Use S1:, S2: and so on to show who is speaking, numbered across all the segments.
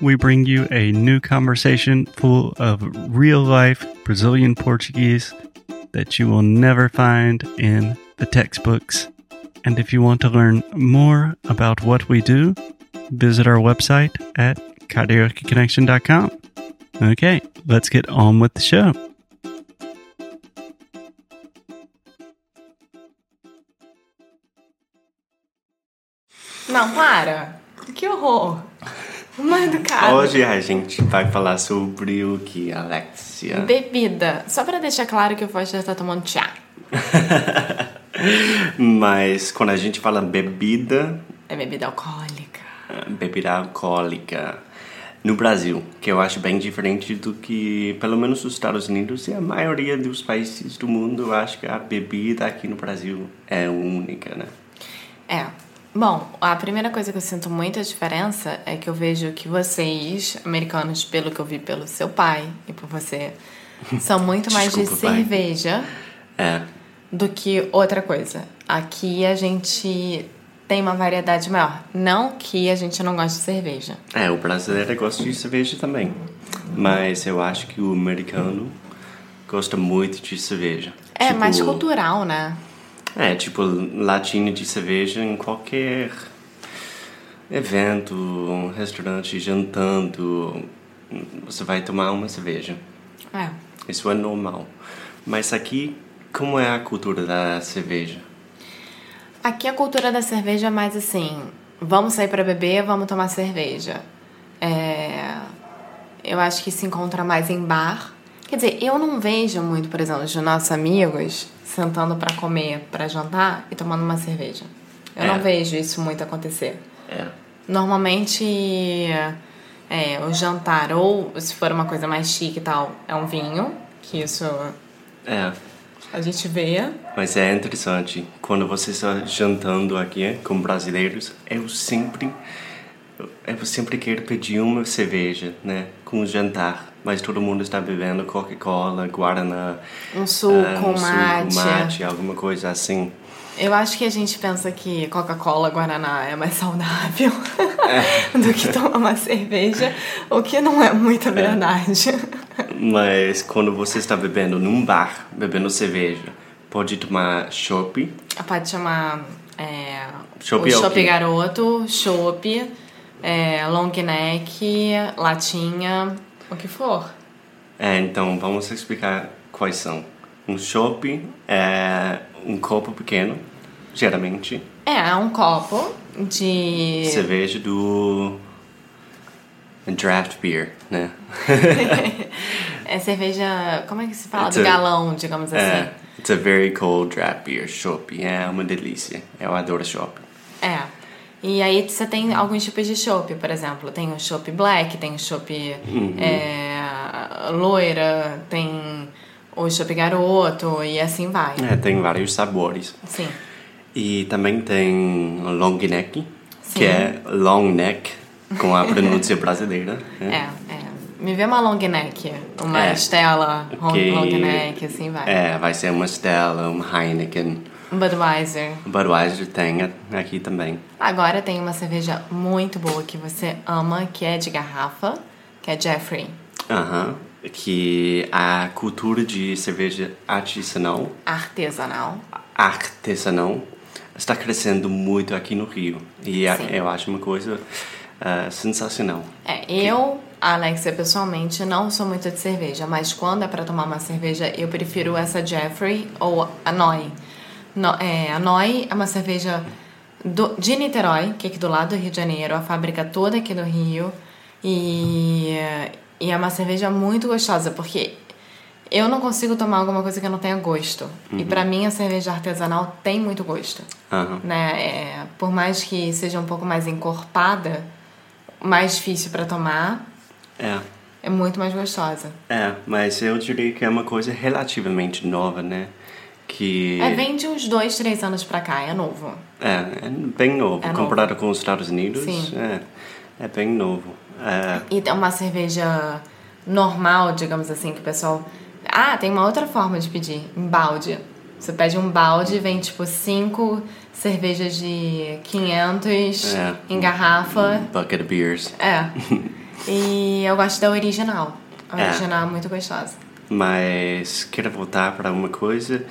S1: we bring you a new conversation full of real life Brazilian Portuguese that you will never find in the textbooks. And if you want to learn more about what we do, visit our website at cariocaconnection.com. Okay, let's get on with the show.
S2: Não, para! Que horror! Uma educada.
S3: Hoje a gente vai falar sobre o que, Alexia?
S2: Bebida. Só para deixar claro que o Foster tá tomando chá.
S3: Mas quando a gente fala bebida, ah,
S2: É bebida alcoólica.
S3: bebida alcoólica no Brasil, que eu acho bem diferente do que, pelo menos nos Estados Unidos e a maioria dos países do mundo, eu acho que a bebida aqui no Brasil é única, né?
S4: É. Bom, a primeira coisa que eu sinto muita diferença é que eu vejo que vocês, americanos, pelo que eu vi pelo seu pai e por você, são muito mais de
S3: Desculpa, pai.
S4: cerveja
S3: É,
S4: do que outra coisa. Aqui a gente tem uma variedade maior. Não que a gente não goste de cerveja.
S3: é o brasileiro gosta de cerveja também, mas eu acho que o americano gosta muito de cerveja.
S4: É
S3: Tipo,
S4: mais cultural, né?
S3: É, tipo, latinha de cerveja em qualquer evento, um restaurante, jantando, você vai tomar uma cerveja.
S4: É.
S3: Isso é normal. Mas aqui, como é a cultura da cerveja?
S4: Aqui a cultura da cerveja é mais assim: vamos sair pra beber, vamos tomar cerveja. É, eu acho que se encontra mais em bar. Quer dizer, eu não vejo muito, por exemplo, os nossos amigos sentando pra comer, pra jantar e tomando uma cerveja. Eu
S3: É.
S4: não vejo isso muito acontecer.
S3: É.
S4: Normalmente, é, o jantar, ou se for uma coisa mais chique e tal, é um vinho, que isso
S3: É.
S4: a gente vê.
S3: Mas é interessante, quando você está jantando aqui com brasileiros, eu sempre eu sempre quero pedir uma cerveja, né, com o jantar, mas todo mundo está bebendo Coca-Cola, Guaraná,
S4: Um suco,
S3: ah, um
S4: mate.
S3: suco, mate, alguma coisa assim.
S4: Eu acho que a gente pensa que Coca-Cola, Guaraná é mais saudável do que tomar uma cerveja, o que não é muita verdade.
S3: Mas quando você está bebendo num bar, bebendo cerveja, pode tomar chopp,
S4: Pode chamar é,
S3: Chopp
S4: o
S3: é o
S4: chopp
S3: quê?
S4: garoto, chopp, é, long neck, latinha, o que for.
S3: É, então vamos explicar quais são. Um chopp é um copo pequeno, geralmente,
S4: É, é um copo de...
S3: cerveja do draft beer, né?
S4: É cerveja... Como é que se fala?
S3: It's
S4: Do
S3: a-
S4: galão, digamos assim.
S3: É, it's a very cold draft beer, chopp. É uma delícia. Eu adoro chopp.
S4: É. E aí você tem alguns tipos de chopp, por exemplo. Tem o chopp black, tem o chopp
S3: Uhum.
S4: é, loira, tem o chopp garoto e assim vai.
S3: É, tem vários sabores.
S4: Sim.
S3: E também tem o long neck,
S4: Sim.
S3: que é long neck, com a pronúncia brasileira.
S4: É,
S3: né?
S4: é. Me vê uma long neck, uma
S3: É.
S4: Stella long,
S3: Que-
S4: long neck, assim vai.
S3: É, vai ser uma Stella, uma Heineken.
S4: Um Budweiser.
S3: O Budweiser tem a- aqui também.
S4: Agora tem uma cerveja muito boa que você ama, que é de garrafa, que é Jeffrey.
S3: Aham. Que a cultura de cerveja artesanal
S4: Artesanal.
S3: artesanal está crescendo muito aqui no Rio. E a-
S4: Sim.
S3: eu acho uma coisa ah, sensacional.
S4: É, eu, Alexia, pessoalmente, não sou muito de cerveja, mas quando é pra tomar uma cerveja, eu prefiro essa Jeffrey ou a Noi. No- é, a Noi é uma cerveja do- de Niterói, que é aqui do lado do Rio de Janeiro, a fábrica toda aqui do Rio. E, e é uma cerveja muito gostosa, porque eu não consigo tomar alguma coisa que não tenha gosto. E pra mim, a cerveja artesanal tem muito gosto
S3: Aham.
S4: né? É, por mais que seja um pouco mais encorpada, mais difícil para tomar,
S3: É.
S4: É muito mais gostosa.
S3: É, mas eu diria que é uma coisa relativamente nova, né? Que
S4: É, vem de uns dois, três anos pra cá, é novo.
S3: é, é bem novo.
S4: É
S3: Comparado com os Estados Unidos,
S4: Sim.
S3: é, é bem novo. É,
S4: E é uma cerveja normal, digamos assim, que o pessoal. Ah, tem uma outra forma de pedir, em balde. Você pede um balde, vem tipo cinco cervejas de 500
S3: É.
S4: em garrafa.
S3: bucket beers.
S4: É. e eu gosto da original. A
S3: É.
S4: original é muito gostosa.
S3: Mas quero voltar para uma coisa.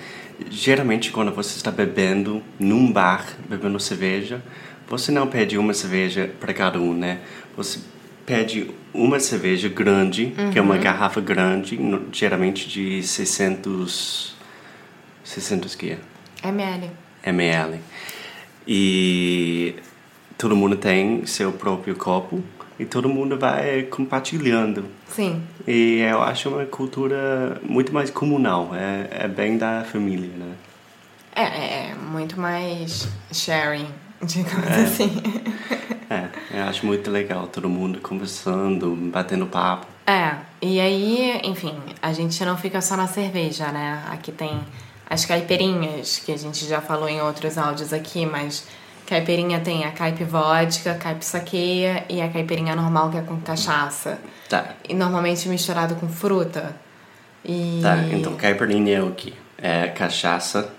S3: Geralmente, quando você está bebendo num bar, bebendo cerveja, você não pede uma cerveja para cada um, né? Você pede uma cerveja grande, que é uma garrafa grande, no- geralmente de 600. 600 que é?
S4: ML.
S3: ml. E todo mundo tem seu próprio copo e todo mundo vai compartilhando.
S4: Sim.
S3: E eu acho uma cultura muito mais comunal, é, é bem da família, né?
S4: É, é, é muito mais sharing, digamos assim.
S3: É, eu acho muito legal, todo mundo conversando, batendo papo.
S4: É, e aí, enfim, a gente não fica só na cerveja, né? Aqui tem as caipirinhas, que a gente já falou em outros áudios aqui, mas caipirinha tem a caipe vodka, caipe saqueia e a caipirinha normal que é com cachaça.
S3: Tá,
S4: E normalmente misturado com fruta. E
S3: tá, então caipirinha é o quê? É cachaça,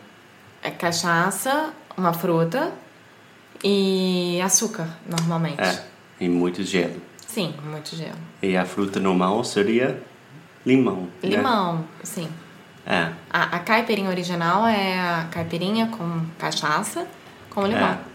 S4: é cachaça, uma fruta e açúcar, normalmente.
S3: é, e muito gelo.
S4: Sim, muito gelo.
S3: E a fruta normal seria limão, né?
S4: Limão, sim.
S3: É,
S4: A, a caipirinha original é a caipirinha com cachaça com limão.
S3: é.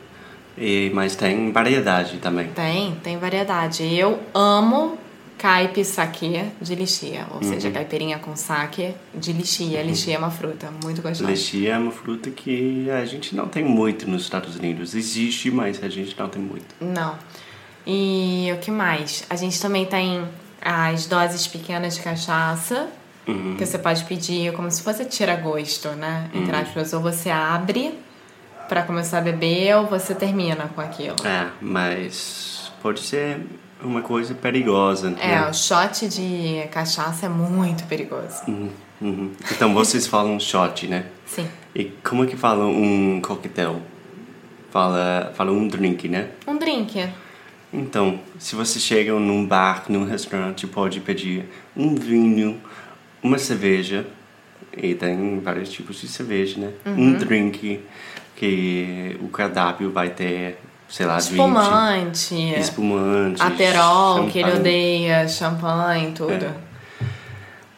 S3: E, mas tem variedade também.
S4: Tem, tem variedade. Eu amo caipi saque de lixia, ou seja,
S3: Uhum.
S4: caipirinha com saque de lixia. Lixia é uma fruta, muito gostosa.
S3: Lexia é uma fruta que a gente não tem muito nos Estados Unidos. Existe, mas a gente não tem muito.
S4: Não. E o que mais? A gente também tem as doses pequenas de cachaça, que você pode pedir como se fosse tira-gosto, né? Entre aspas, ou você abre pra começar a beber, ou você termina com aquilo.
S3: É, mas pode ser uma coisa perigosa,
S4: É,
S3: né?
S4: o shot de cachaça é muito perigoso.
S3: Uhum, uhum. Então vocês falam shot, né?
S4: Sim.
S3: E como é que falam um coquetel? Fala, fala um drink, né?
S4: Um drink.
S3: Então, se você chega num bar, num restaurante, pode pedir um vinho, uma cerveja, e tem vários tipos de cerveja, né?
S4: Uhum.
S3: Um drink, que o cardápio vai ter, sei lá, 20
S4: Espumante.
S3: espumantes.
S4: Aperol, que ele
S3: champanhe.
S4: odeia, champanhe, tudo.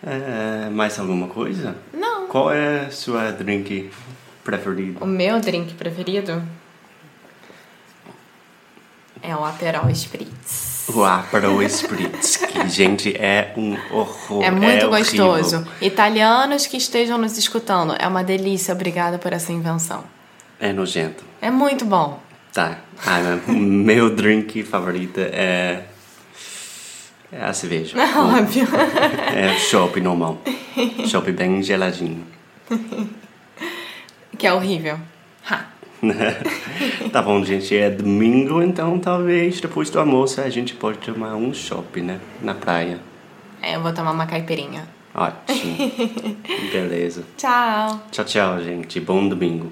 S3: É, mais alguma coisa?
S4: Não.
S3: Qual é a sua drink preferida?
S4: O meu drink preferido é o Aperol Spritz.
S3: O Aperol Spritz, que, gente, é um horror.
S4: É muito
S3: horrível.
S4: gostoso. Italianos que estejam nos escutando, é uma delícia. Obrigada por essa invenção.
S3: É nojento.
S4: É muito bom.
S3: Tá. Ah, não. O meu drink favorito é. É a cerveja.
S4: Óbvio.
S3: É chopp normal. Chopp bem geladinho.
S4: Que é horrível. Ha.
S3: Tá bom, gente. É domingo, então talvez depois do almoço a gente pode tomar um chopp, né? Na praia.
S4: É, eu vou tomar uma caipirinha.
S3: Ótimo. Beleza.
S4: Tchau.
S3: Tchau, tchau, gente. Bom domingo.